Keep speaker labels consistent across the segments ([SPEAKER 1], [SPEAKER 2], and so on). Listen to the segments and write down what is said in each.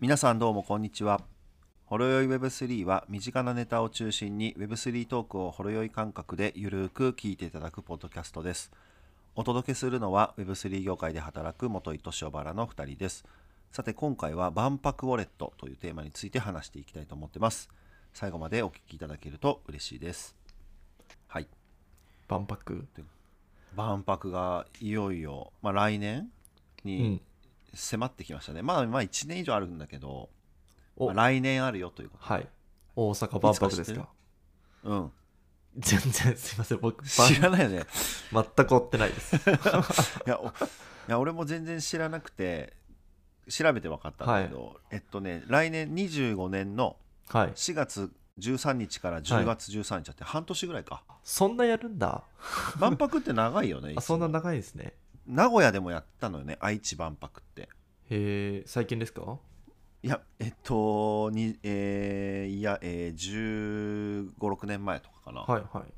[SPEAKER 1] 皆さんどうもこんにちは。ほろよい Web3 は身近なネタを中心に Web3 トークをほろよい感覚でゆるく聞いていただくポッドキャストです。お届けするのは Web3 業界で働く元井と小原の2人です。さて今回は万博ウォレットというテーマについて話していきたいと思ってます。最後までお聞きいただけると嬉しいです。はい。
[SPEAKER 2] 万博
[SPEAKER 1] 万博がいよいよ、まあ、来年
[SPEAKER 2] う
[SPEAKER 1] に迫ってきましたね。まあまあ1年以上あるんだけど、
[SPEAKER 2] お
[SPEAKER 1] まあ来年あるよということ
[SPEAKER 2] はい大阪万博です
[SPEAKER 1] いつか知ってる
[SPEAKER 2] か
[SPEAKER 1] うん、
[SPEAKER 2] 全然すいません僕
[SPEAKER 1] 知
[SPEAKER 2] ば
[SPEAKER 1] らないよね
[SPEAKER 2] ん全く追ってないです
[SPEAKER 1] いやおいや俺も全然知らなくて調べて分かったんだけど、えっとね来年25年の
[SPEAKER 2] はい
[SPEAKER 1] 4月13日から10月13日だって半年ぐらいか、
[SPEAKER 2] そんなやるんだ
[SPEAKER 1] 万博って長いよねいつも
[SPEAKER 2] あそんな長いですね
[SPEAKER 1] 名古屋でもやったのよね愛知万博って
[SPEAKER 2] へえ最近ですか
[SPEAKER 1] いやえっとにえーいやえー、1 5 6年前とかかな、
[SPEAKER 2] はいはい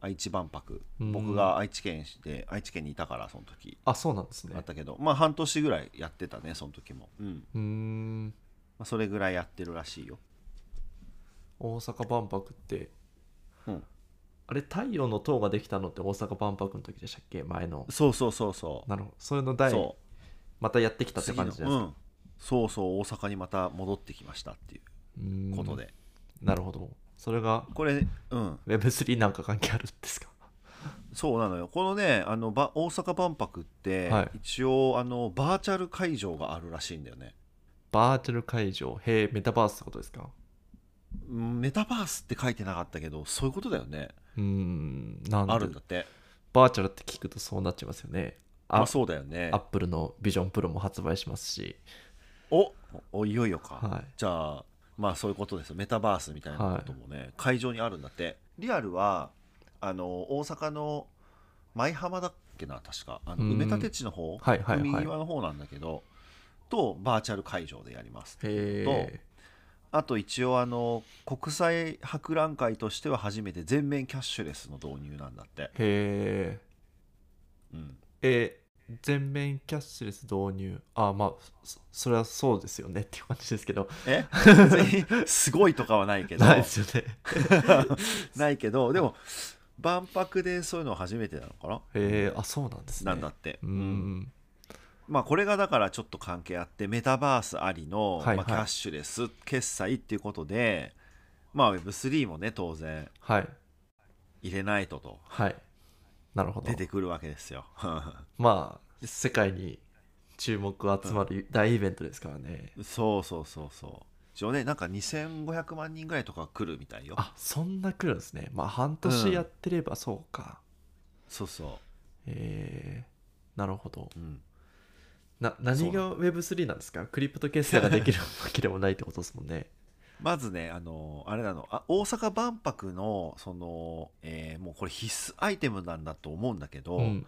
[SPEAKER 1] 愛知万博
[SPEAKER 2] うん
[SPEAKER 1] 僕が愛知県で愛知県にいたからその時
[SPEAKER 2] あそうなんです
[SPEAKER 1] あ
[SPEAKER 2] ね
[SPEAKER 1] ったけど、まあ半年ぐらいやってたねその時もうん
[SPEAKER 2] うーん
[SPEAKER 1] まあ、それぐらいやってるらしいよ。
[SPEAKER 2] 大阪万博って、
[SPEAKER 1] うん
[SPEAKER 2] あれ太陽の塔ができたのって大阪万博の時でしたっけ前の
[SPEAKER 1] そうそうそうそ
[SPEAKER 2] なるほどそういうの
[SPEAKER 1] う。
[SPEAKER 2] 代
[SPEAKER 1] そ
[SPEAKER 2] またやってき
[SPEAKER 1] う。
[SPEAKER 2] たって感じ
[SPEAKER 1] 次
[SPEAKER 2] です
[SPEAKER 1] のう
[SPEAKER 2] か
[SPEAKER 1] ん。そうそう、大阪にまた戻ってきましたっていう
[SPEAKER 2] ー
[SPEAKER 1] うんことで。
[SPEAKER 2] なるほどそれが
[SPEAKER 1] これ、うん、
[SPEAKER 2] Web3 なんか関係あるんですか
[SPEAKER 1] そうなのよ。このね、あのば大阪万博って、
[SPEAKER 2] はい
[SPEAKER 1] 一応あの、バーチャル会場があるらしいんだよね。
[SPEAKER 2] バーチャル会場へえメタバースってことですか
[SPEAKER 1] うんメタバースって書いてなかったけど、そういうことだよね。
[SPEAKER 2] うーんなんで
[SPEAKER 1] あるんだって。
[SPEAKER 2] バーチャルって聞くとそうなっちゃいますよねあ、
[SPEAKER 1] まあ、そうだよね
[SPEAKER 2] アッ。プルのビジョンプロも発売しますし
[SPEAKER 1] おおいよいよか。
[SPEAKER 2] は
[SPEAKER 1] じゃあまあそういうことですメタバースみたいなこともね、会場にあるんだってリアルはあの大阪の舞浜だっけな確かあの
[SPEAKER 2] うん
[SPEAKER 1] 埋め立て地の方、
[SPEAKER 2] はいはいはい
[SPEAKER 1] 海際の方なんだけどとバーチャル会場でやります
[SPEAKER 2] いへ
[SPEAKER 1] あと一応あの国際博覧会としては初めて全面キャッシュレスの導入なんだって、
[SPEAKER 2] え
[SPEAKER 1] う
[SPEAKER 2] へ
[SPEAKER 1] ん、
[SPEAKER 2] ええ全面キャッシュレス導入あまあそそれはそうですよねっていう感じですけど
[SPEAKER 1] え全員すごいとかはないけど
[SPEAKER 2] ないですよね
[SPEAKER 1] ないけどでも万博でそういうのは初めてなのかな、
[SPEAKER 2] へえあそうなんですね
[SPEAKER 1] なんだって
[SPEAKER 2] うー
[SPEAKER 1] うん
[SPEAKER 2] ん
[SPEAKER 1] まあ、これがだからちょっと関係あってメタバースありの、
[SPEAKER 2] はい
[SPEAKER 1] まあ、
[SPEAKER 2] は
[SPEAKER 1] キ
[SPEAKER 2] い
[SPEAKER 1] ャッシュレス決済っていうことで、まあ、Web3 もね当然
[SPEAKER 2] はい
[SPEAKER 1] 入れないとと
[SPEAKER 2] はいなるほど
[SPEAKER 1] 出てくるわけですよ。
[SPEAKER 2] まあ世界に注目が集まる大イベントですからね、
[SPEAKER 1] そうそうそうそう。一応ねなんか2500万人ぐらいとか来るみたいよ。
[SPEAKER 2] あそんな来るんですねまあ半年やってればそうか、
[SPEAKER 1] そうそ
[SPEAKER 2] えー、なるほど
[SPEAKER 1] う。うん、
[SPEAKER 2] な何が Web3 なんですかクリプト決済ができるわけでもないってことですもんね。
[SPEAKER 1] まずねあのあれなのあ大阪万博のその、えーもうこれ必須アイテムなんだと思 うんだけど、
[SPEAKER 2] うん、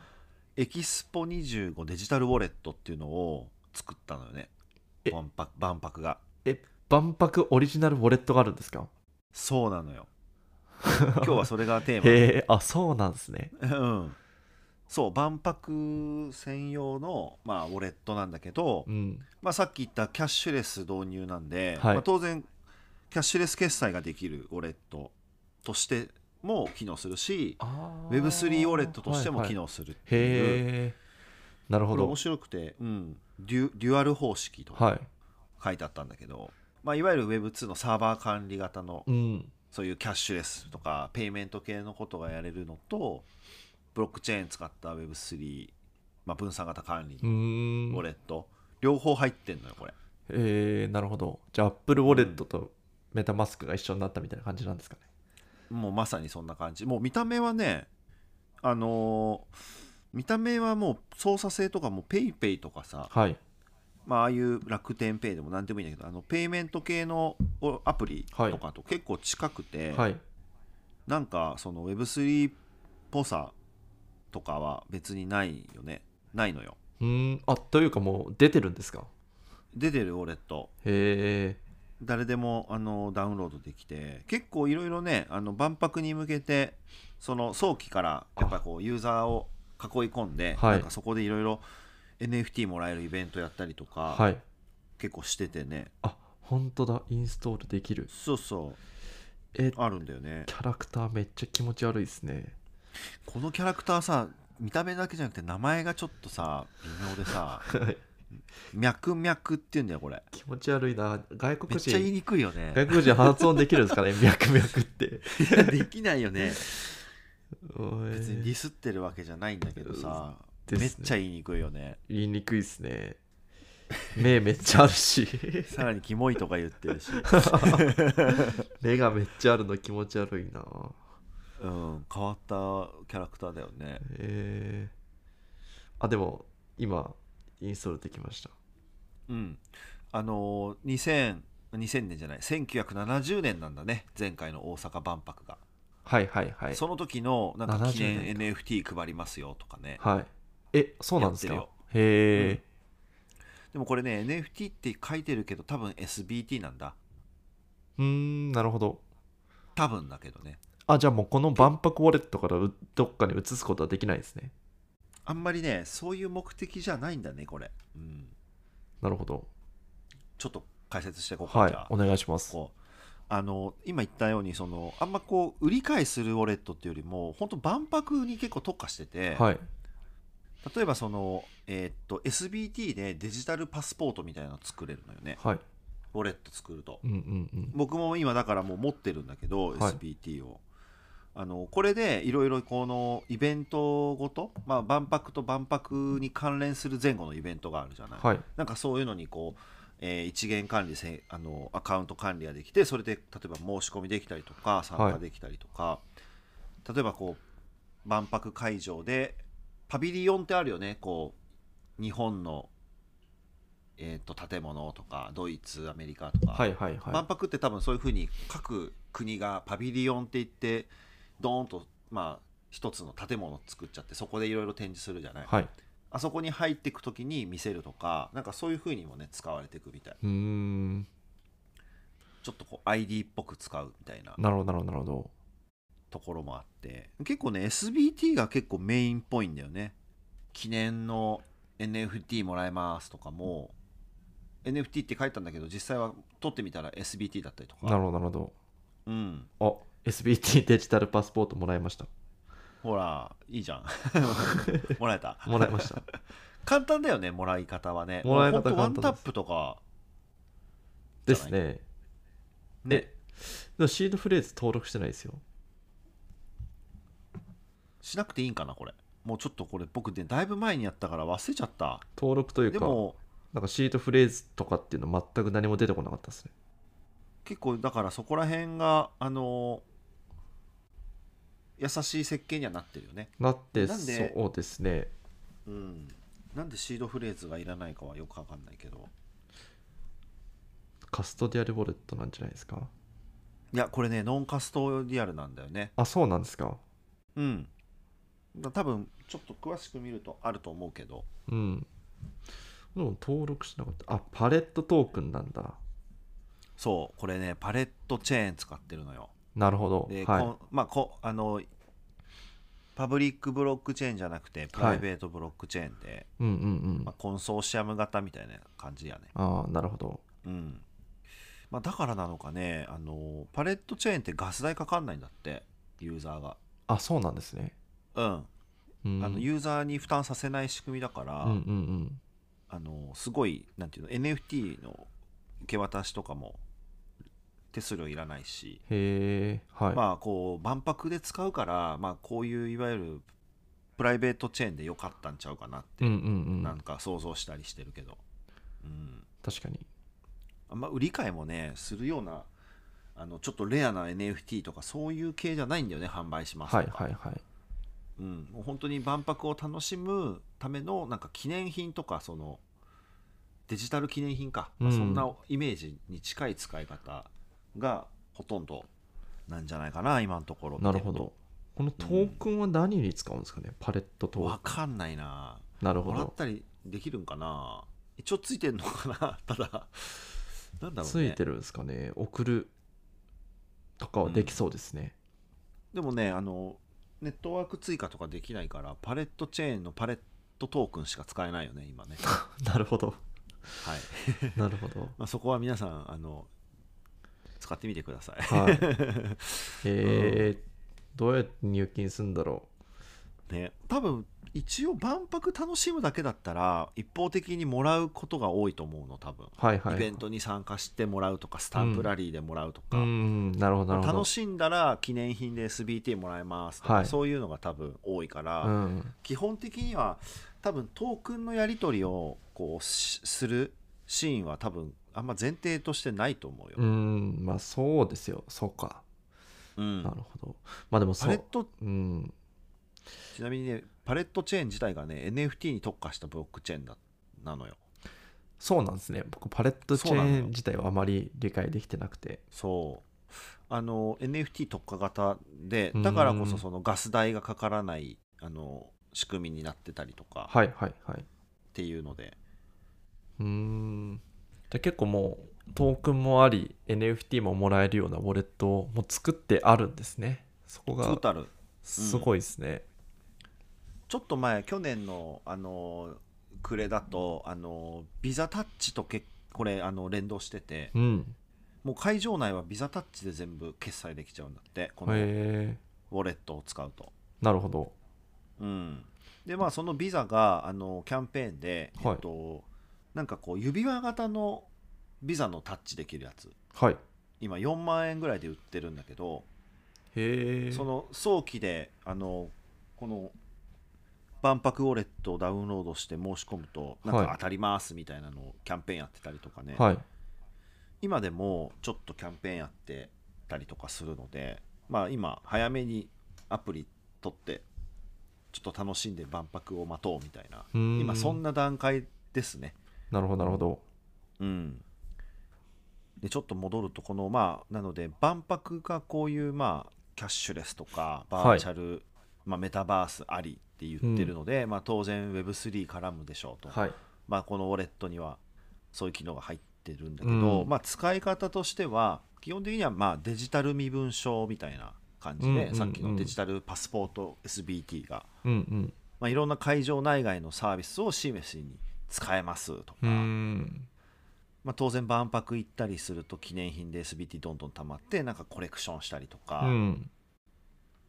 [SPEAKER 1] エキスポ25デジタルウォレットっていうのを作ったのよね
[SPEAKER 2] え
[SPEAKER 1] 万博万博が。
[SPEAKER 2] え万博オリジナルウォレットがあるんですか
[SPEAKER 1] そうなの よ今日はそれがテー
[SPEAKER 2] へえあそうなんですね。
[SPEAKER 1] マ、 うん、そう万博専用の、まあ、ウォレットなんだけど、
[SPEAKER 2] うん
[SPEAKER 1] まあ、さっき言ったキャッシュレス導入なんで、
[SPEAKER 2] はい
[SPEAKER 1] まあ、当然キャッシュレス決済ができるウォレットとしても機能するし Web3 ウォレットとしても機
[SPEAKER 2] はいはい
[SPEAKER 1] 能するっていう、
[SPEAKER 2] へえなるほ
[SPEAKER 1] これ
[SPEAKER 2] ど
[SPEAKER 1] 面。白くて、うん、デュデュアル方式とか
[SPEAKER 2] はい。
[SPEAKER 1] 書いてあったんだけど、まあ、いわゆる Web2 のサーバー管理型の
[SPEAKER 2] うん
[SPEAKER 1] そういうキャッシュレスとかペイメント系のことがやれるのとブロックチェーン使った Web3、まあ、分散型管理
[SPEAKER 2] うーん
[SPEAKER 1] ウォレット両方入ってんのよこれ
[SPEAKER 2] えー、なるほど。じゃあ Apple ウォレットとメタマスクが一緒になったみたいな感じなんですかね。
[SPEAKER 1] もうまさにそんな感じもう見た目はねあのー見た目はもう操作性とかも PayPay ペイペイとかさ、
[SPEAKER 2] はい
[SPEAKER 1] まあ、ああいう楽天ペイでも何でもいいんだけどあのペイメント系のおアプリとかと結構近くて、
[SPEAKER 2] はい。
[SPEAKER 1] なんかその Web3 っぽさとかは別にないよねないのよ
[SPEAKER 2] うーんあというかもう出てるんですか
[SPEAKER 1] 出てるウォレット
[SPEAKER 2] へえ
[SPEAKER 1] 誰でもあのダウンロードできて結構いろいろねあの万博に向けてその早期からやっぱこうユーザーを囲い込んで、
[SPEAKER 2] はい
[SPEAKER 1] なんかそこでいろいろ NFT もらえるイベントやったりとか、
[SPEAKER 2] はい
[SPEAKER 1] 結構しててね
[SPEAKER 2] あ本当だインストールできる
[SPEAKER 1] そうそう
[SPEAKER 2] え
[SPEAKER 1] あるんだよね
[SPEAKER 2] キャラクターめっちゃ気持ち悪いですね
[SPEAKER 1] このキャラクターさ見た目だけじゃなくて名前がちょっとさ微妙で さ脈々っていうんだよこれ
[SPEAKER 2] 気持ち悪いな外
[SPEAKER 1] め
[SPEAKER 2] 国
[SPEAKER 1] っちゃ言い
[SPEAKER 2] 人
[SPEAKER 1] にくいよね
[SPEAKER 2] 外国人発音できるんですかね脈々って
[SPEAKER 1] いや できないよね
[SPEAKER 2] おい
[SPEAKER 1] 別にディスってるわけじゃないんだけどさ、
[SPEAKER 2] ですね
[SPEAKER 1] めっちゃ言いにくいよ ね
[SPEAKER 2] 言いにくいですね目めっちゃあるし
[SPEAKER 1] さらにキモいとか言ってるし、
[SPEAKER 2] 目がめっちゃあるの気持ち悪いな
[SPEAKER 1] うん、変わったキャラクターだよね
[SPEAKER 2] えー、あでも今インストールできました
[SPEAKER 1] うんあのー2000 2000年じゃない1970年なんだね前回の大阪万博が、
[SPEAKER 2] はいはいはい
[SPEAKER 1] その時のなんか記念
[SPEAKER 2] 70
[SPEAKER 1] NFT 配りますよとかね
[SPEAKER 2] はいえそうなんです
[SPEAKER 1] やっ
[SPEAKER 2] かへえ、
[SPEAKER 1] でもこれね NFT って書いてるけど多分 SBT なんだ
[SPEAKER 2] うーんなるほど
[SPEAKER 1] 多分だけどね
[SPEAKER 2] あじゃあもうこの万博ウォレットからうどっかに移すことはできないですね
[SPEAKER 1] あんまりねそういう目的じゃないんだねこれ、うん、
[SPEAKER 2] なるほど
[SPEAKER 1] ちょっと解説していこうか、
[SPEAKER 2] は
[SPEAKER 1] じゃ
[SPEAKER 2] い
[SPEAKER 1] あ
[SPEAKER 2] お願いします
[SPEAKER 1] こうあの今言ったようにそのあんまこう売り買いするウォレットっていうよりも本当万博に結構特化してて、
[SPEAKER 2] はい
[SPEAKER 1] 例えばその、えーっと SBT でデジタルパスポートみたいなの作れるのよね
[SPEAKER 2] はい
[SPEAKER 1] ウォレット作ると
[SPEAKER 2] うんうんうん
[SPEAKER 1] 僕も今だからもう持ってるんだけど、
[SPEAKER 2] い
[SPEAKER 1] SBT をあのこれでいろいろこのイベントごと、まあ、万博と万博に関連する前後のイベントがあるじゃない、
[SPEAKER 2] はい
[SPEAKER 1] なんかそういうのにこう、えー一元管理せんあのアカウント管理ができてそれで例えば申し込みできたりとか参加できたりとか、例えばこう万博会場でパビリオンってあるよねこう日本の、えー、と建物とかドイツアメリカとか、
[SPEAKER 2] はいはいはい
[SPEAKER 1] 万博って多分そういうふうに各国がパビリオンって言ってドーンとまあ一つの建物を作っちゃってそこでいろいろ展示するじゃない、
[SPEAKER 2] はい
[SPEAKER 1] あそこに入っていく時に見せるとかなんかそういうふうにもね使われていくみたいう
[SPEAKER 2] ーん
[SPEAKER 1] ちょっとこう ID っぽく使うみたいな
[SPEAKER 2] なるほどなるほどなるほど
[SPEAKER 1] ところもあって結構ね SBT が結構メインっぽいんだよね記念の NFT もらえますとかも NFT って書いたんだけど実際は取ってみたら SBT だったりと
[SPEAKER 2] なる
[SPEAKER 1] か
[SPEAKER 2] ほどなるほど
[SPEAKER 1] うん
[SPEAKER 2] あ SBT デジタルパスポートもらいました
[SPEAKER 1] ほらいいじゃん もらえた
[SPEAKER 2] もらいま した
[SPEAKER 1] 簡単だよねもらい方はね
[SPEAKER 2] もらい
[SPEAKER 1] ほ
[SPEAKER 2] 方
[SPEAKER 1] んとワン
[SPEAKER 2] 簡単で
[SPEAKER 1] タ
[SPEAKER 2] す
[SPEAKER 1] ップとか
[SPEAKER 2] ですね
[SPEAKER 1] ね
[SPEAKER 2] えでもシードフレーズ登録してないですよ
[SPEAKER 1] しなくていいんかなこれもうちょっとこれ僕ねだいぶ前にやったから忘れちゃった
[SPEAKER 2] 登録という
[SPEAKER 1] で
[SPEAKER 2] か
[SPEAKER 1] も
[SPEAKER 2] なんかシートフレーズとかっていうの全く何も出てこなかったですね
[SPEAKER 1] 結構だからそこら辺があの優しい設計にはなってるよね
[SPEAKER 2] なって
[SPEAKER 1] なんで
[SPEAKER 2] そうですね
[SPEAKER 1] うんなんでシードフレーズがいらないかはよくわかんないけど
[SPEAKER 2] カストディアルウォレットなんじゃないですか
[SPEAKER 1] いやこれねノンカストディアルなんだよね
[SPEAKER 2] あそうなんですか
[SPEAKER 1] うんだ多分ちょっと詳しく見るとあると思うけど
[SPEAKER 2] うんでも登録しなかったあパレットトークンなんだ
[SPEAKER 1] そうこれねパレットチェーン使ってるのよ
[SPEAKER 2] なるほど
[SPEAKER 1] で、こ
[SPEAKER 2] は
[SPEAKER 1] んまあこあのパブリックブロックチェーンじゃなくてプライベートブロックチェーンで、
[SPEAKER 2] いうんうんうん
[SPEAKER 1] まあ、コンソーシアム型みたいな感じやね
[SPEAKER 2] ああなるほど
[SPEAKER 1] うんまあ、だからなのかねあのパレットチェーンってガス代かかんないんだってユーザーが
[SPEAKER 2] あそうなんですね
[SPEAKER 1] うん、
[SPEAKER 2] うん
[SPEAKER 1] あのユーザーに負担させない仕組みだから、
[SPEAKER 2] うんうんうん
[SPEAKER 1] あのすごいなんていうの NFT の受け渡しとかも手数料いらないし、
[SPEAKER 2] へえはい、
[SPEAKER 1] まあこう万博で使うから、まあ、こういういわゆるプライベートチェーンでよかったんちゃうかなって、
[SPEAKER 2] うんうんう
[SPEAKER 1] なん
[SPEAKER 2] ん
[SPEAKER 1] か想像したりしてるけど、うん、
[SPEAKER 2] 確かに
[SPEAKER 1] あんま売り買いもねするようなあのちょっとレアな NFT とかそういう系じゃないんだよね販売しますとか、
[SPEAKER 2] はいはいはい
[SPEAKER 1] うん、もう本当に万博を楽しむためのなんか記念品とかそのデジタル記念品か、まあ
[SPEAKER 2] うん
[SPEAKER 1] そんなイメージに近い使い方がほとんどなんじゃないかな今のところ
[SPEAKER 2] なるほどこのトークンは何に使うんですかね、パレットトー
[SPEAKER 1] 分
[SPEAKER 2] ク
[SPEAKER 1] かんないな
[SPEAKER 2] ンなるほ
[SPEAKER 1] もらっ
[SPEAKER 2] ど
[SPEAKER 1] たりできるんかな一応ついてんのかな ただなんだろう
[SPEAKER 2] つ
[SPEAKER 1] ね
[SPEAKER 2] いてるんですかね送るとかはできそうですね、
[SPEAKER 1] でもねあのネットワーク追加とかでき ないからパレットチェーンのパレットトークンしか使えないよね今ね
[SPEAKER 2] なるほど
[SPEAKER 1] はい
[SPEAKER 2] なるほ ど。
[SPEAKER 1] まあ、そこは皆さんあの使ってみてください。
[SPEAKER 2] はい。えー、どうやって入金するんだろ
[SPEAKER 1] ね、多分一応万博楽しむだけだったら一方的にもらうことが多いと思うの多分、
[SPEAKER 2] う。はいはい。
[SPEAKER 1] イベントに参加してもらうとかスタンプラリーでもらうと
[SPEAKER 2] う
[SPEAKER 1] か、
[SPEAKER 2] ん、なるほどなるほど。
[SPEAKER 1] 楽しんだら記念品で SBT もらえますとか、
[SPEAKER 2] はい
[SPEAKER 1] そういうのが多分多いから、
[SPEAKER 2] うん。
[SPEAKER 1] 基本的には多分トークンのやり取りをこうしするシーンは多分あんま前提としてないと思うよ。
[SPEAKER 2] うん、まあそうですよ。そうか。
[SPEAKER 1] うん
[SPEAKER 2] なるほど。まあでも
[SPEAKER 1] パ
[SPEAKER 2] そ
[SPEAKER 1] レッ
[SPEAKER 2] う。
[SPEAKER 1] ト
[SPEAKER 2] うん。
[SPEAKER 1] ちなみにねパレットチェーン自体がね NFT に特化したブロックチェーンだなのよ
[SPEAKER 2] そうなんですね。僕、パレットチェ
[SPEAKER 1] そうなの
[SPEAKER 2] ー
[SPEAKER 1] よ
[SPEAKER 2] ン自体はあまり理解できてなくて。
[SPEAKER 1] そうあの NFT 特化型で
[SPEAKER 2] うん
[SPEAKER 1] だからこそそのガス代がかからないあの仕組みになってたりとかっ
[SPEAKER 2] はいはいはい。
[SPEAKER 1] ていうので
[SPEAKER 2] うーん。じゃあ結構もう、トークンもあり、NFT ももらえるようなウォレットをもう作ってあるんですね。そこ
[SPEAKER 1] トー
[SPEAKER 2] が
[SPEAKER 1] タル
[SPEAKER 2] すごいですね。
[SPEAKER 1] ちょっと前去年のあの暮れだとあのビザタッチとけこれあの連動してて
[SPEAKER 2] うん。
[SPEAKER 1] もう会場内はビザタッチで全部決済できちゃうんだってこのウ
[SPEAKER 2] へえ
[SPEAKER 1] ォレットを使うと。
[SPEAKER 2] なるほど。
[SPEAKER 1] うん、でまあそのビザがあのキャンペーンで、
[SPEAKER 2] はい
[SPEAKER 1] えっと、なんかこう指輪型のビザのタッチできるやつ
[SPEAKER 2] はい。
[SPEAKER 1] 今4万円ぐらいで売ってるんだけど
[SPEAKER 2] へえ。
[SPEAKER 1] その早期であのこの万博ウォレットをダウンロードして申し込むとなん
[SPEAKER 2] はい
[SPEAKER 1] か当たりますみたいなのをキャンペーンやってたりとかね、
[SPEAKER 2] はい。
[SPEAKER 1] 今でもちょっとキャンペーンやってたりとかするのでまあ今早めにアプリ取ってちょっと楽しんで万博を待とうみたいな
[SPEAKER 2] うーん
[SPEAKER 1] 今そんな段階ですね
[SPEAKER 2] なるほどなるほど。
[SPEAKER 1] うんでちょっと戻るとこのまあなので万博がこういうまあキャッシュレスとかバーチャル、まあ、メタバースありって言ってるので、まあ、当然 Web3 絡むでしょうと、
[SPEAKER 2] はい。
[SPEAKER 1] まあ、このウォレットにはそういう機能が入ってるんだけど、
[SPEAKER 2] うん
[SPEAKER 1] まあ、使い方としては基本的にはまあデジタル身分証みたいな感じで、
[SPEAKER 2] うんうんうん
[SPEAKER 1] さっきのデジタルパスポート SBT が、
[SPEAKER 2] うん
[SPEAKER 1] まあ、いろんな会場内外のサービスをシーメスに使えますとか、
[SPEAKER 2] うん。うーん。
[SPEAKER 1] まあ、当然万博行ったりすると記念品で SBT どんどん溜まってなんかコレクションしたりと
[SPEAKER 2] う
[SPEAKER 1] か
[SPEAKER 2] ん。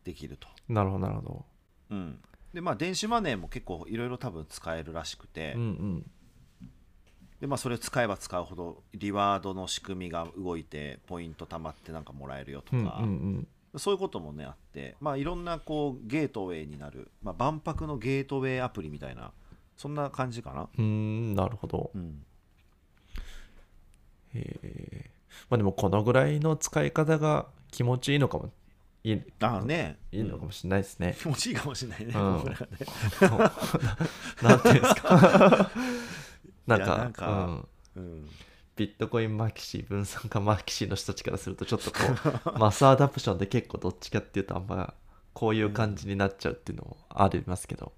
[SPEAKER 1] できると。
[SPEAKER 2] なるほどなるほど。
[SPEAKER 1] うんでまあ、電子マネーも結構いろいろ多分使えるらしくて、
[SPEAKER 2] うんうん。
[SPEAKER 1] でまあ、それを使えば使うほどリワードの仕組みが動いてポイント貯まってなんかもらえるよと
[SPEAKER 2] うんうん
[SPEAKER 1] か、
[SPEAKER 2] うん。
[SPEAKER 1] そういうこともねあって、まあ、いろんなこうゲートウェイになる、まあ、万博のゲートウェイアプリみたいなそんな感じかな、
[SPEAKER 2] うーんなるほど。
[SPEAKER 1] うん、
[SPEAKER 2] へえ。まあでもこのぐらいの使い方が気持ちいいのかも。いい
[SPEAKER 1] ああね
[SPEAKER 2] いいのかもしれないで すね。
[SPEAKER 1] 気持ちいいかもしれないね、
[SPEAKER 2] うん
[SPEAKER 1] 僕らね
[SPEAKER 2] なんていうんですか。なん
[SPEAKER 1] いやな
[SPEAKER 2] か
[SPEAKER 1] んか
[SPEAKER 2] うん、
[SPEAKER 1] うん、
[SPEAKER 2] ビットコインマキシー、分散化マキシーの人たちからすると、ちょっとこ う、マスアダプションで結構どっちかっていうと、あんまこういう感じになっちゃうっていうのもありますけど、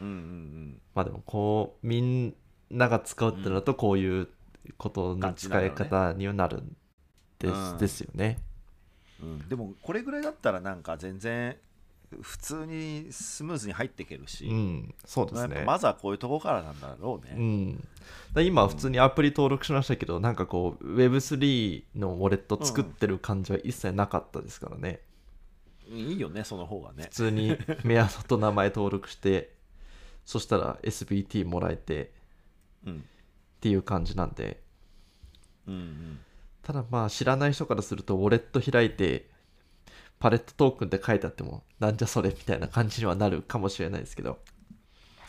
[SPEAKER 1] うんうん
[SPEAKER 2] まあでも、こう、みんなが使うってなると、こういうことの使い方にはなるんです,、
[SPEAKER 1] うん
[SPEAKER 2] ですよね。
[SPEAKER 1] うんうんでもこれぐらいだったらなんか全然普通にスムーズに入っていけるし、
[SPEAKER 2] うん、そうで
[SPEAKER 1] まあや
[SPEAKER 2] す
[SPEAKER 1] っぱ
[SPEAKER 2] ね。
[SPEAKER 1] まずはこういうとこからなんだろう
[SPEAKER 2] う
[SPEAKER 1] ね、
[SPEAKER 2] ん、だ今普通にアプリ登録しましたけど、なんかこう Web3 のウォレット作ってる感じは一切なかったですからね、
[SPEAKER 1] いいよねその方がね
[SPEAKER 2] 普通に目安と名前登録してそしたら SBT もらえて
[SPEAKER 1] うん
[SPEAKER 2] っていう感じなんで
[SPEAKER 1] うんうん
[SPEAKER 2] ただまあ知らない人からするとウォレット開いてパレットトークンって書いてあってもなんじゃそれみたいな感じにはなるかもしれないですけど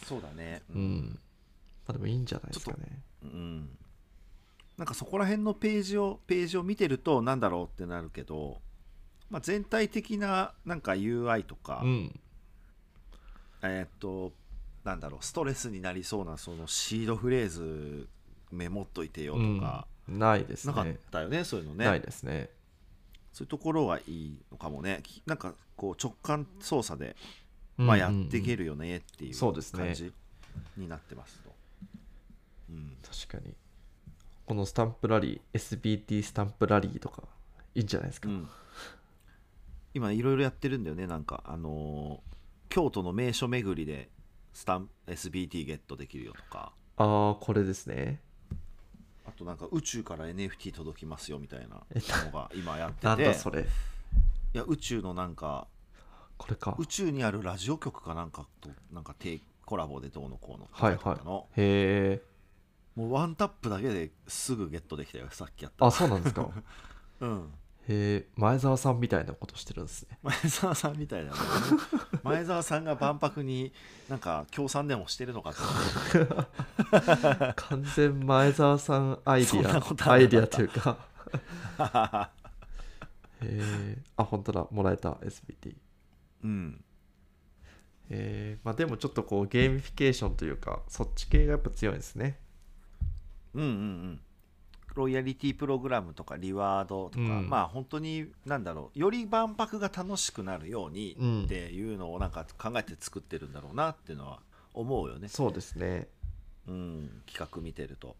[SPEAKER 1] そうだねう
[SPEAKER 2] うん、まあ、でもいいんじゃないですかね
[SPEAKER 1] うんなんかそこら辺のページをページを見てるとなんだろうってなるけど、まあ、全体的ななんか UI とか、
[SPEAKER 2] うん
[SPEAKER 1] えーっとなんだろうストレスになりそうなそのシードフレーズメモっといてよとか、
[SPEAKER 2] うんないです
[SPEAKER 1] なかっ
[SPEAKER 2] ね
[SPEAKER 1] たよねそういうの
[SPEAKER 2] な
[SPEAKER 1] ね
[SPEAKER 2] いですね
[SPEAKER 1] そういうところはいいのかもねきなんかこう直感操作で、まあ、やってい
[SPEAKER 2] る
[SPEAKER 1] けるよねっていう
[SPEAKER 2] そうですね
[SPEAKER 1] 感じになってますと。うん
[SPEAKER 2] 確かにこのスタンプラリー SBT スタンプラリーとかいいんじゃないですか、
[SPEAKER 1] うん、今いろいろやってるんだよねなんかあのー京都の名所巡りでスタン SBT ゲットできるよとか
[SPEAKER 2] ああこれですね
[SPEAKER 1] あとなんか宇宙から NFT 届きますよみたいな
[SPEAKER 2] え
[SPEAKER 1] のが今やって
[SPEAKER 2] なん
[SPEAKER 1] て
[SPEAKER 2] だそれ
[SPEAKER 1] いや宇宙のなんか
[SPEAKER 2] これか
[SPEAKER 1] 宇宙にあるラジオ局かなんかとなんか提コラボでどうのこうの
[SPEAKER 2] はい
[SPEAKER 1] とかだったの、
[SPEAKER 2] はいへえ
[SPEAKER 1] もうワンタップだけですぐゲットできたよさっきやった
[SPEAKER 2] あそうなんですか
[SPEAKER 1] うん
[SPEAKER 2] へえ前澤さんみたいなことしてるんです ね
[SPEAKER 1] 前澤さんみたいなのね前澤さんが万博になんか協賛でもしてるのかと思って
[SPEAKER 2] 完全前澤さんアイデ
[SPEAKER 1] そんなことはなかっ
[SPEAKER 2] ィ
[SPEAKER 1] た
[SPEAKER 2] アアイディアというかへえあ本当だもらえた SBT
[SPEAKER 1] うん
[SPEAKER 2] えーまあ、でもちょっとこうゲーミフィケーションというかそっち系がやっぱ強いんですね
[SPEAKER 1] うんうんうんロイヤリティプログラムとかリワードとか、
[SPEAKER 2] うん
[SPEAKER 1] まあ本当に何だろうより万博が楽しくなるように
[SPEAKER 2] うん
[SPEAKER 1] っていうのをなんか考えて作ってるんだろうなっていうのは思うよね、
[SPEAKER 2] そうですね
[SPEAKER 1] うん、企画見てると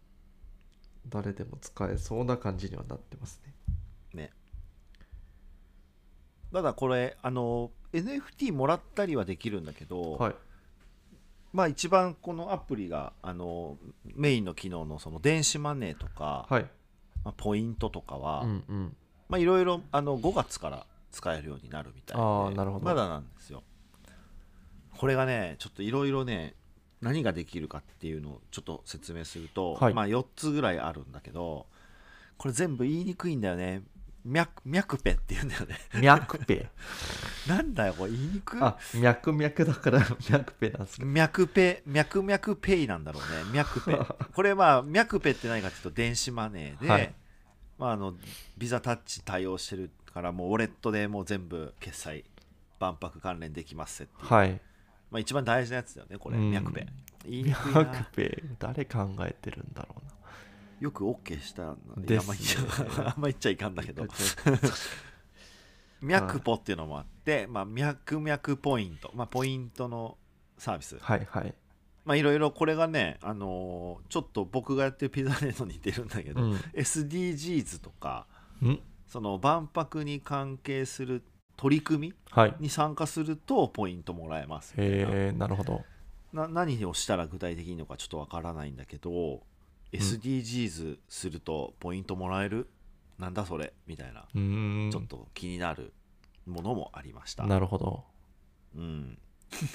[SPEAKER 2] 誰でも使えそうな感じにはなってますね
[SPEAKER 1] ねただこれあの NFT もらったりはできるんだけど、
[SPEAKER 2] はい
[SPEAKER 1] まあ一番このアプリがあのメインの機能のその電子マネーとか、
[SPEAKER 2] はい
[SPEAKER 1] まあポイントとかは、
[SPEAKER 2] うんうん
[SPEAKER 1] まあいろいろあの5月から使えるようになるみたいで
[SPEAKER 2] あーなるほど
[SPEAKER 1] まだなんですよこれがねちょっといろいろね何ができるかっていうのをちょっと説明すると、
[SPEAKER 2] はい
[SPEAKER 1] まあ4つぐらいあるんだけどこれ全部言いにくいんだよね脈脈ペって言うんだよね
[SPEAKER 2] 脈ペ
[SPEAKER 1] なんだよこれ言いにくい
[SPEAKER 2] あ脈脈だから脈ペなんですけど
[SPEAKER 1] 脈ペ脈脈ペイなんだろう ね脈ペこれまあ脈ペって何かっていうと電子マネーで、
[SPEAKER 2] はい
[SPEAKER 1] まあ、あのビザタッチ対応してるからもうウォレットでもう全部決済万博関連できますっていう、
[SPEAKER 2] はい
[SPEAKER 1] まあ、一番大事なやつだよねこれ
[SPEAKER 2] うん
[SPEAKER 1] 脈ペ言いにくいな
[SPEAKER 2] 脈ペ誰考えてるんだろうな
[SPEAKER 1] よく OK したな
[SPEAKER 2] で
[SPEAKER 1] あん
[SPEAKER 2] す
[SPEAKER 1] ま
[SPEAKER 2] ね
[SPEAKER 1] 言っあんま言っちゃいかんだけど脈ポっていうのもあって、まあ、脈脈ポイント、まあ、ポイントのサービス
[SPEAKER 2] はいはい
[SPEAKER 1] まあいろいろこれがね、あのーちょっと僕がやってるピザネートに似てるんだけ
[SPEAKER 2] う
[SPEAKER 1] ど、
[SPEAKER 2] ん
[SPEAKER 1] SDGs とか
[SPEAKER 2] ん
[SPEAKER 1] その万博に関係する取り組み
[SPEAKER 2] はい
[SPEAKER 1] に参加するとポイントもらえますみたいな
[SPEAKER 2] へえなるほど
[SPEAKER 1] な何をしたら具体的にいいのかちょっとわからないんだけど SDGs するとポイントもらえる、なんだそれみたいな
[SPEAKER 2] うーん
[SPEAKER 1] ちょっと気になるものもありました、
[SPEAKER 2] なるほど
[SPEAKER 1] うん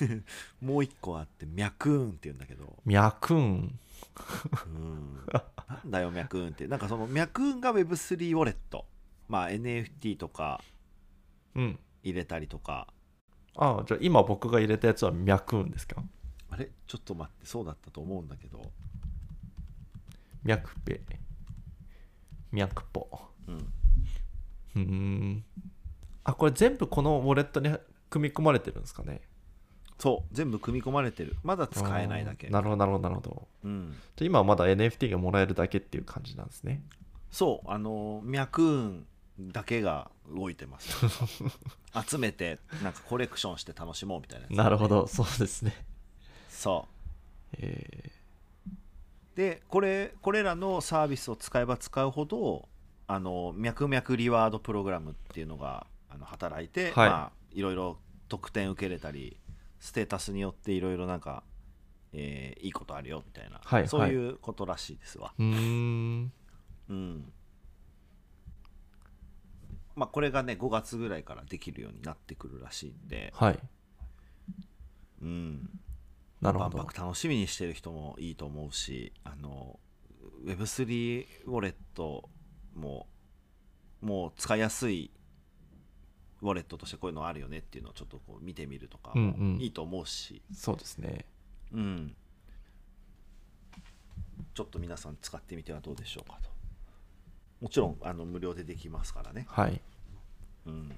[SPEAKER 1] もう一個あって脈運っていうんだけど
[SPEAKER 2] 脈ん
[SPEAKER 1] うんなんだよ脈運ってなんかその脈運が Web3 ウォレットまあ NFT とか
[SPEAKER 2] うん
[SPEAKER 1] 入れたりとか
[SPEAKER 2] あじゃあ今僕が入れたやつは脈んですか
[SPEAKER 1] あれちょっと待ってそうだったと思うんだけど、
[SPEAKER 2] 脈ペ脈ポ
[SPEAKER 1] うん、
[SPEAKER 2] うーんあこれ全部このウォレットに組み込まれてるんですかね
[SPEAKER 1] そう全部組み込まれてるまだ使えないだけ
[SPEAKER 2] あーなるほどなるほどなるほど
[SPEAKER 1] うん、
[SPEAKER 2] じゃあ今はまだ NFT がもらえるだけっていう感じなんですね
[SPEAKER 1] そうあの脈運だけが動いてます 集めてなんかコレクションして楽しもうみたいなやつ
[SPEAKER 2] なるほどそうですね
[SPEAKER 1] そう
[SPEAKER 2] え
[SPEAKER 1] でこれこれらのサービスを使えば使うほどあの脈々リワードプログラムっていうのがあの働いて、
[SPEAKER 2] はい
[SPEAKER 1] いまあ、いろいろ得点受けれたりステータスによっていろいろなんか、えーいいことあるよみたいな、
[SPEAKER 2] はい
[SPEAKER 1] そういうことらしいですわ、
[SPEAKER 2] ー、うーん
[SPEAKER 1] うんまあ、これがね5月ぐらいからできるようになってくるらしいんで、
[SPEAKER 2] はい
[SPEAKER 1] うん、
[SPEAKER 2] なるほ
[SPEAKER 1] 万
[SPEAKER 2] ど
[SPEAKER 1] 博楽しみにしてる人もいいと思うしあの Web3 ウォレットももう使いやすいウォレットとしてこういうのあるよねっていうのをちょっとこう見てみるとか
[SPEAKER 2] うんうん
[SPEAKER 1] もいいと思うし、
[SPEAKER 2] そうですね
[SPEAKER 1] うんちょっと皆さん使ってみてはどうでしょうかともちろんあの無料でできますからね、
[SPEAKER 2] はい
[SPEAKER 1] うん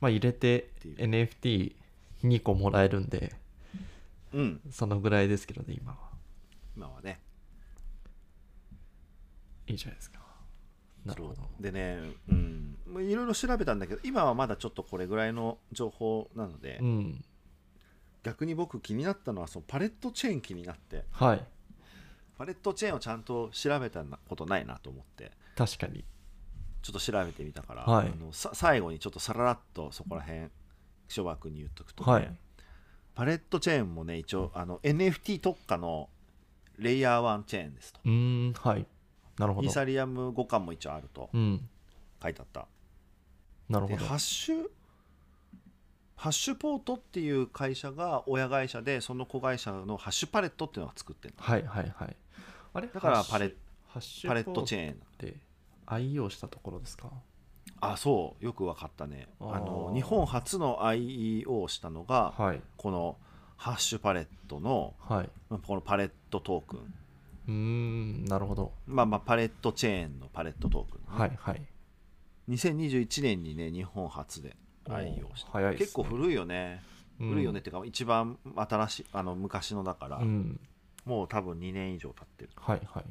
[SPEAKER 2] まあ入れて
[SPEAKER 1] ていう
[SPEAKER 2] NFT2 個もらえるんで
[SPEAKER 1] うん、
[SPEAKER 2] そのぐらいですけどね今は
[SPEAKER 1] 今はね
[SPEAKER 2] いいじゃないですかなるほど
[SPEAKER 1] そうでねうんまあいろいろ調べたんだけど今はまだちょっとこれぐらいの情報なので、
[SPEAKER 2] うん
[SPEAKER 1] 逆に僕気になったのはそのパレットチェーン気になって
[SPEAKER 2] はい
[SPEAKER 1] パレットチェーンをちゃんと調べたことないなと思って
[SPEAKER 2] 確かに
[SPEAKER 1] ちょっと調べてみたから、
[SPEAKER 2] はい
[SPEAKER 1] あのさ最後にちょっとさらっとそこら辺諸君に言っとくとね、
[SPEAKER 2] はい
[SPEAKER 1] パレットチェーンもね一応あの NFT 特化のレイヤー1チェーンですと
[SPEAKER 2] うーんはいなるほ
[SPEAKER 1] イー
[SPEAKER 2] ど。
[SPEAKER 1] サリアム互換も一応あると
[SPEAKER 2] うん。
[SPEAKER 1] 書いてあった
[SPEAKER 2] なる
[SPEAKER 1] で
[SPEAKER 2] ほど。
[SPEAKER 1] ハッシュハッシュポートっていう会社が親会社でその子会社のハッシュパレットっていうのが作ってる
[SPEAKER 2] はいはいはい。あれ
[SPEAKER 1] だからパレ
[SPEAKER 2] ッハッシュ
[SPEAKER 1] パレットチ
[SPEAKER 2] ーンっ
[SPEAKER 1] ェーン
[SPEAKER 2] て IO したところですか
[SPEAKER 1] あそうよく分かったね
[SPEAKER 2] あー
[SPEAKER 1] あの日本初の IEO をしたのが
[SPEAKER 2] はい
[SPEAKER 1] このハッシュパレットの
[SPEAKER 2] はい。
[SPEAKER 1] まあこのパレットトークン
[SPEAKER 2] うーんなるほど。
[SPEAKER 1] まあまあパレットチェーンのパレットトークンね、
[SPEAKER 2] はいはい。
[SPEAKER 1] 2021年にね日本初で IEO した
[SPEAKER 2] おー早いっすね
[SPEAKER 1] 結構古いよね
[SPEAKER 2] うん
[SPEAKER 1] 古いよねっ。ていうか一番新しいあの昔のだから、
[SPEAKER 2] うん。
[SPEAKER 1] もう多分2年以上経ってる
[SPEAKER 2] はいはい。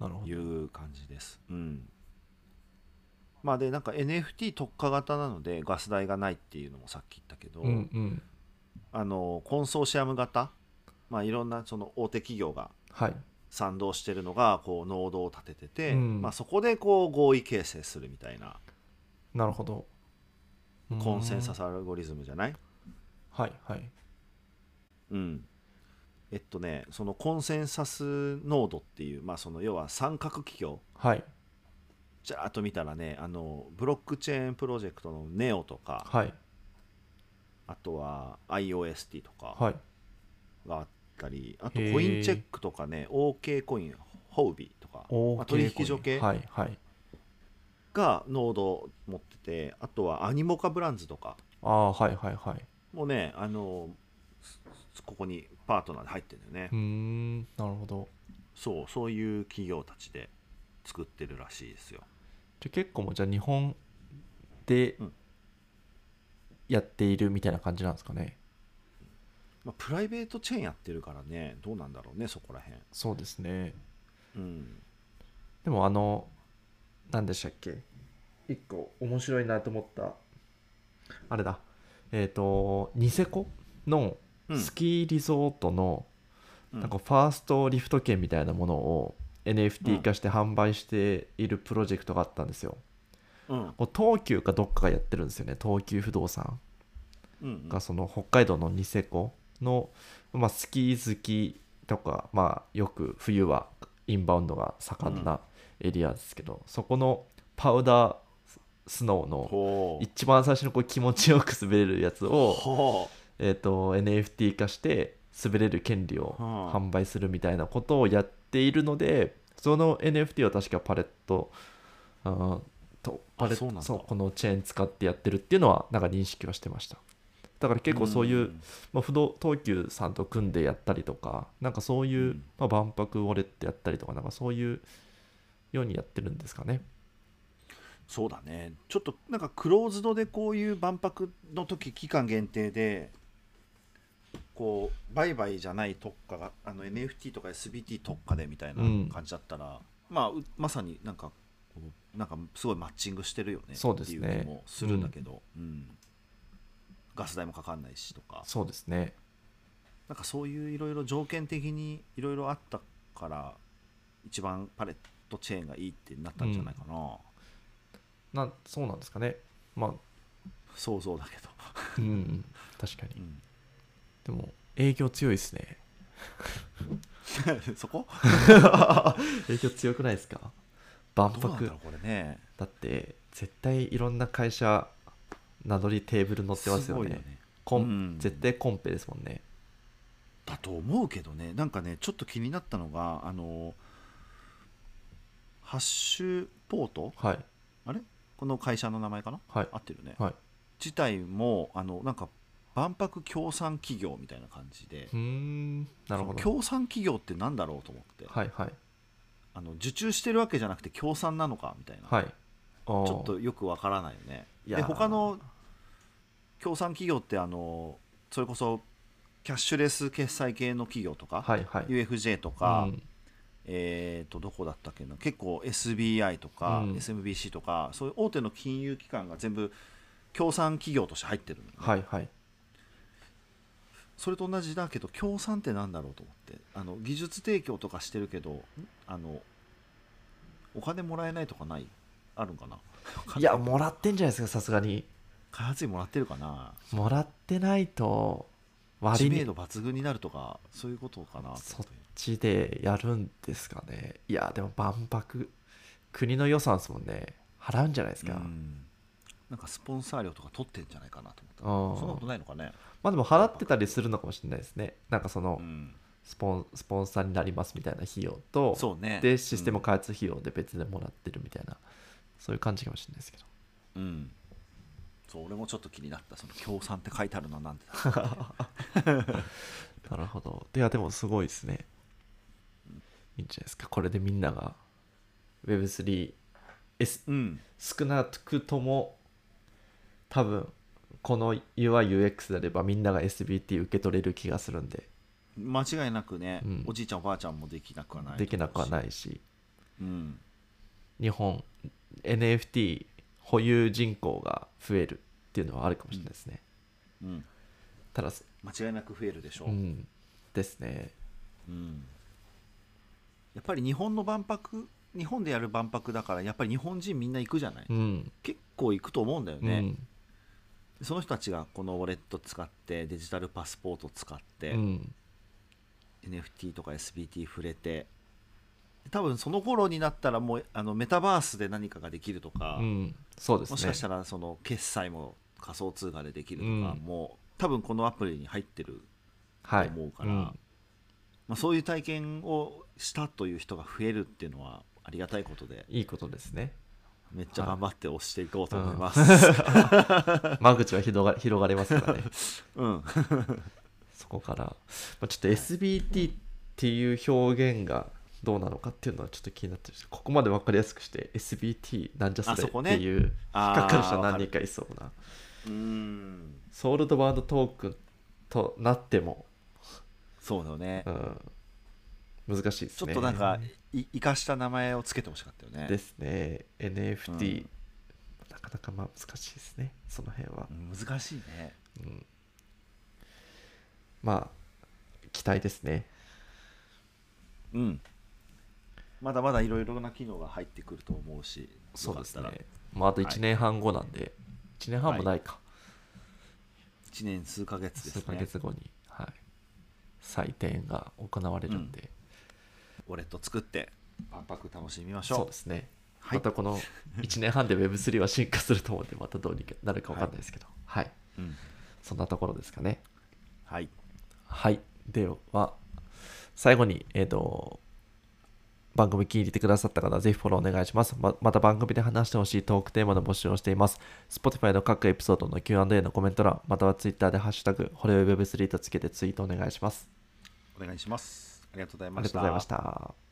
[SPEAKER 2] なるほ
[SPEAKER 1] と
[SPEAKER 2] ど。
[SPEAKER 1] いう感じですうんまあでなんか NFT 特化型なのでガス代がないっていうのもさっき言ったけど、
[SPEAKER 2] うんうん。
[SPEAKER 1] あのコンソーシアム型まあいろんなその大手企業が
[SPEAKER 2] はい。
[SPEAKER 1] 賛同してるのがこう濃度を立ててて、
[SPEAKER 2] うん
[SPEAKER 1] まあ、そこでこう合意形成するみたいな
[SPEAKER 2] なるほど。うーん
[SPEAKER 1] コンセンサスアルゴリズムじゃない
[SPEAKER 2] はいはい。
[SPEAKER 1] うん、えっとねそのコンセンサスノードっていう、まあ、その要は三角企業
[SPEAKER 2] はい
[SPEAKER 1] じゃーっと見たらねあのブロックチェーンプロジェクトのネオとか
[SPEAKER 2] はい
[SPEAKER 1] あとは IOST とか
[SPEAKER 2] はい。
[SPEAKER 1] があったりあと
[SPEAKER 2] へー
[SPEAKER 1] コインチェックとかね OK コインホウビとか、まあ取引所系
[SPEAKER 2] はいはい。
[SPEAKER 1] がノードを持っててあとはアニモカブランズとか
[SPEAKER 2] ああはいはいはい。
[SPEAKER 1] もねあのすここにパートナーで入ってるんだよね、
[SPEAKER 2] うーんなるほど。
[SPEAKER 1] そうそういう企業たちで作ってるらしいですよ
[SPEAKER 2] じゃあ結構もうじゃあ日本で
[SPEAKER 1] うん
[SPEAKER 2] やっているみたいな感じなんですかね。
[SPEAKER 1] まあ、プライベートチェーンやってるからねどうなんだろうねそこら辺
[SPEAKER 2] そうですね。
[SPEAKER 1] うん
[SPEAKER 2] でもあの何でしたっけ一個面白いなと思ったあれだえっ、とニセコの
[SPEAKER 1] うん
[SPEAKER 2] スキーリゾートの
[SPEAKER 1] うん
[SPEAKER 2] なんかファーストリフト券みたいなものを NFT 化して販売しているプロジェクトがあったんですよ。
[SPEAKER 1] うん
[SPEAKER 2] こう東急かどっかがやってるんですよね東急不動産
[SPEAKER 1] うん
[SPEAKER 2] がその北海道のニセコの、まあ、スキー好きとか、まあ、よく冬はインバウンドが盛んなエリアですけど、そこのパウダースノーの
[SPEAKER 1] ほう
[SPEAKER 2] 一番最初のこう気持ちよく滑れるやつを、
[SPEAKER 1] ほ
[SPEAKER 2] えー、と NFT 化して滑れる権利を
[SPEAKER 1] はあ
[SPEAKER 2] 販売するみたいなことをやっているのでその NFT を確かパレットあーとパレッ
[SPEAKER 1] そうなん
[SPEAKER 2] ト
[SPEAKER 1] だ
[SPEAKER 2] そうこのチェーン使ってやってるっていうのはなんか認識はしてましただから
[SPEAKER 1] う
[SPEAKER 2] 結構そういう、
[SPEAKER 1] ん
[SPEAKER 2] まあ、不動東急さんと組んでやったりとかなんかそういう、
[SPEAKER 1] うん
[SPEAKER 2] まあ、万博ウォレットやったりとかなんかそういうようにやってるんですかね
[SPEAKER 1] そうだねちょっとなんかクローズドでこういう万博の時期間限定でこう売買じゃない特化があの NFT とか SBT 特化でみたいな
[SPEAKER 2] うん
[SPEAKER 1] 感じだったら、まあうまさになんかこうなんかすごいマッチングしてるよね
[SPEAKER 2] そうですね
[SPEAKER 1] っていう気もするんだけど、うんガス代もかかんないしとか
[SPEAKER 2] そうですね
[SPEAKER 1] なんかそういういろいろ条件的にいろいろあったから一番パレットチェーンがいいってなったんじゃないかな、
[SPEAKER 2] なんそうなんですかねまあ
[SPEAKER 1] 想像だけど、
[SPEAKER 2] うんうん確か
[SPEAKER 1] う
[SPEAKER 2] に
[SPEAKER 1] ん、
[SPEAKER 2] でも営業強いですね
[SPEAKER 1] そこ
[SPEAKER 2] 影響強くないですか万
[SPEAKER 1] どうなんだ
[SPEAKER 2] 博
[SPEAKER 1] ろうこれね
[SPEAKER 2] だって絶対いろんな会社名乗りテーブル乗ってますよねコン
[SPEAKER 1] うん
[SPEAKER 2] 絶対コンペですもんね
[SPEAKER 1] だと思うけどねなんかねちょっと気になったのがあのハッシュポート
[SPEAKER 2] はい
[SPEAKER 1] あれこの会社の名前かな
[SPEAKER 2] はい
[SPEAKER 1] 合ってるね、
[SPEAKER 2] はい
[SPEAKER 1] 自体もあのなんか万博協賛企業みたいな感じで
[SPEAKER 2] うーんなるほど
[SPEAKER 1] 協賛企業ってなんだろうと思って、
[SPEAKER 2] はいはい
[SPEAKER 1] あの受注してるわけじゃなくて協賛なのかみたいな、
[SPEAKER 2] はいち
[SPEAKER 1] ちょっとよくわからないよね
[SPEAKER 2] いや
[SPEAKER 1] で
[SPEAKER 2] ー
[SPEAKER 1] 他の協賛企業ってあのそれこそキャッシュレス決済系の企業とか、
[SPEAKER 2] はいはい
[SPEAKER 1] UFJ とか、
[SPEAKER 2] うん
[SPEAKER 1] えー、とどこだったっけな結構 SBI とか、
[SPEAKER 2] うん
[SPEAKER 1] SMBC とかそういう大手の金融機関が全部協賛企業として入ってるのね、
[SPEAKER 2] はいはい
[SPEAKER 1] それと同じだけど協賛ってなんだろうと思ってあの技術提供とかしてるけどあのお金もらえないとかないあるんかない
[SPEAKER 2] やもらってんじゃないですかさすがに
[SPEAKER 1] 開発費もらってるかな
[SPEAKER 2] もらってないと
[SPEAKER 1] 知
[SPEAKER 2] 割
[SPEAKER 1] 名
[SPEAKER 2] に
[SPEAKER 1] 度抜群になるとかそういうことかな
[SPEAKER 2] そっちでやるんですかねいやでも万博国の予算ですもんね払うんじゃないですか、
[SPEAKER 1] うんなんかスポンサー料とか取ってんじゃないかなと
[SPEAKER 2] あ
[SPEAKER 1] 思っ
[SPEAKER 2] ー
[SPEAKER 1] たそんなことないのかね、
[SPEAKER 2] まあでも払ってたりするのかもしれないですねなんかその
[SPEAKER 1] うん、
[SPEAKER 2] スポンスポンサーになりますみたいな費用と
[SPEAKER 1] そうね
[SPEAKER 2] でシステム開発費用で別でもらってるみたいな、そういう感じかもしれないですけど
[SPEAKER 1] うん、うんそう俺もちょっと気になったその協賛って書いてあるのはなんでだ
[SPEAKER 2] なるほどいやでもすごいですねいいんじゃないですかこれでみんなが Web3 S
[SPEAKER 1] うん
[SPEAKER 2] 少なくとも多分この UIUX であればみんなが SBT 受け取れる気がするんで
[SPEAKER 1] 間違いなくね、
[SPEAKER 2] うん
[SPEAKER 1] おじいちゃんおばあちゃんもできなくはない、
[SPEAKER 2] できなくはいないし
[SPEAKER 1] うん、
[SPEAKER 2] 日本 NFT 保有人口が増えるっていうのはあるかもしれないですね、
[SPEAKER 1] うん、
[SPEAKER 2] ただ
[SPEAKER 1] 間違いなく増えるでしょう、
[SPEAKER 2] うんですね
[SPEAKER 1] うんやっぱり日本の万博日本でやる万博だからやっぱり日本人みんな行くじゃない、
[SPEAKER 2] うん
[SPEAKER 1] 結構行くと思うんだよね、
[SPEAKER 2] うん
[SPEAKER 1] その人たちがこのウォレット使ってデジタルパスポート使って、
[SPEAKER 2] うん、
[SPEAKER 1] NFT とか SBT 触れて多分その頃になったらもうあのメタバースで何かができるとか、
[SPEAKER 2] うん、そうですね
[SPEAKER 1] もしかしたらその決済も仮想通貨でできるとか、
[SPEAKER 2] うん
[SPEAKER 1] もう多分このアプリに入ってる、
[SPEAKER 2] はい、
[SPEAKER 1] と思うから
[SPEAKER 2] ん
[SPEAKER 1] まあ、そういう体験をしたという人が増えるっていうのはありがたいことで
[SPEAKER 2] いいことですね
[SPEAKER 1] めっちゃ頑張って押していこうと思
[SPEAKER 2] う
[SPEAKER 1] い
[SPEAKER 2] ん
[SPEAKER 1] ます。
[SPEAKER 2] 間口は広が広がれま すからね
[SPEAKER 1] うん、
[SPEAKER 2] そこから、まあ、ちょっと SBT っていう表現がどうなのかっていうのはちょっと気になってるしここまで分かりやすくして SBT なんじゃそ
[SPEAKER 1] あそ
[SPEAKER 2] れ
[SPEAKER 1] こ
[SPEAKER 2] っ
[SPEAKER 1] ね
[SPEAKER 2] ていう 引っ
[SPEAKER 1] あー
[SPEAKER 2] かかる人は何人かいそうな
[SPEAKER 1] うん
[SPEAKER 2] ソールドバードトークンとなっても、
[SPEAKER 1] そうだよね
[SPEAKER 2] う。ん、難しいです
[SPEAKER 1] ちょ
[SPEAKER 2] ね
[SPEAKER 1] っとなんか、い生かした名前をつけてほしかったよね。
[SPEAKER 2] ですね NFT、
[SPEAKER 1] うん
[SPEAKER 2] なかなかまあ難しいですねその辺は、
[SPEAKER 1] うん難しいね。
[SPEAKER 2] うんまあ期待ですね
[SPEAKER 1] うん。まだまだいろいろな機能が入ってくると思うし、
[SPEAKER 2] そうですね
[SPEAKER 1] よかったら
[SPEAKER 2] まああと
[SPEAKER 1] はい
[SPEAKER 2] 1年半後なんで、1年半もないか、
[SPEAKER 1] 1年数ヶ月です
[SPEAKER 2] 数
[SPEAKER 1] ね。
[SPEAKER 2] ヶ月後に、はい、採点が行われるんで、
[SPEAKER 1] ウォレット作って、万博楽しみまし
[SPEAKER 2] そう
[SPEAKER 1] ょ
[SPEAKER 2] ですね、
[SPEAKER 1] はい
[SPEAKER 2] ま たこの1年半で Web3 は進化すると思うんでまたどうにかなるか分かんないですけどはい、
[SPEAKER 1] う。うん
[SPEAKER 2] そんなところですかね
[SPEAKER 1] はい。
[SPEAKER 2] はい。では、最後に、えっ、と、番組気に入ってくださった方、ぜひフォローお願いします。ままた番組で話してほしいトークテーマの募集をしています。Spotify の各エピソードの Q&A のコメント欄、または Twitter でハッシュタグ、ホレウェブ3とつけてツイートお願いします。
[SPEAKER 1] お願いします。ありがとうござい
[SPEAKER 2] あ
[SPEAKER 1] ま
[SPEAKER 2] りが
[SPEAKER 1] し
[SPEAKER 2] と
[SPEAKER 1] た。
[SPEAKER 2] うございました。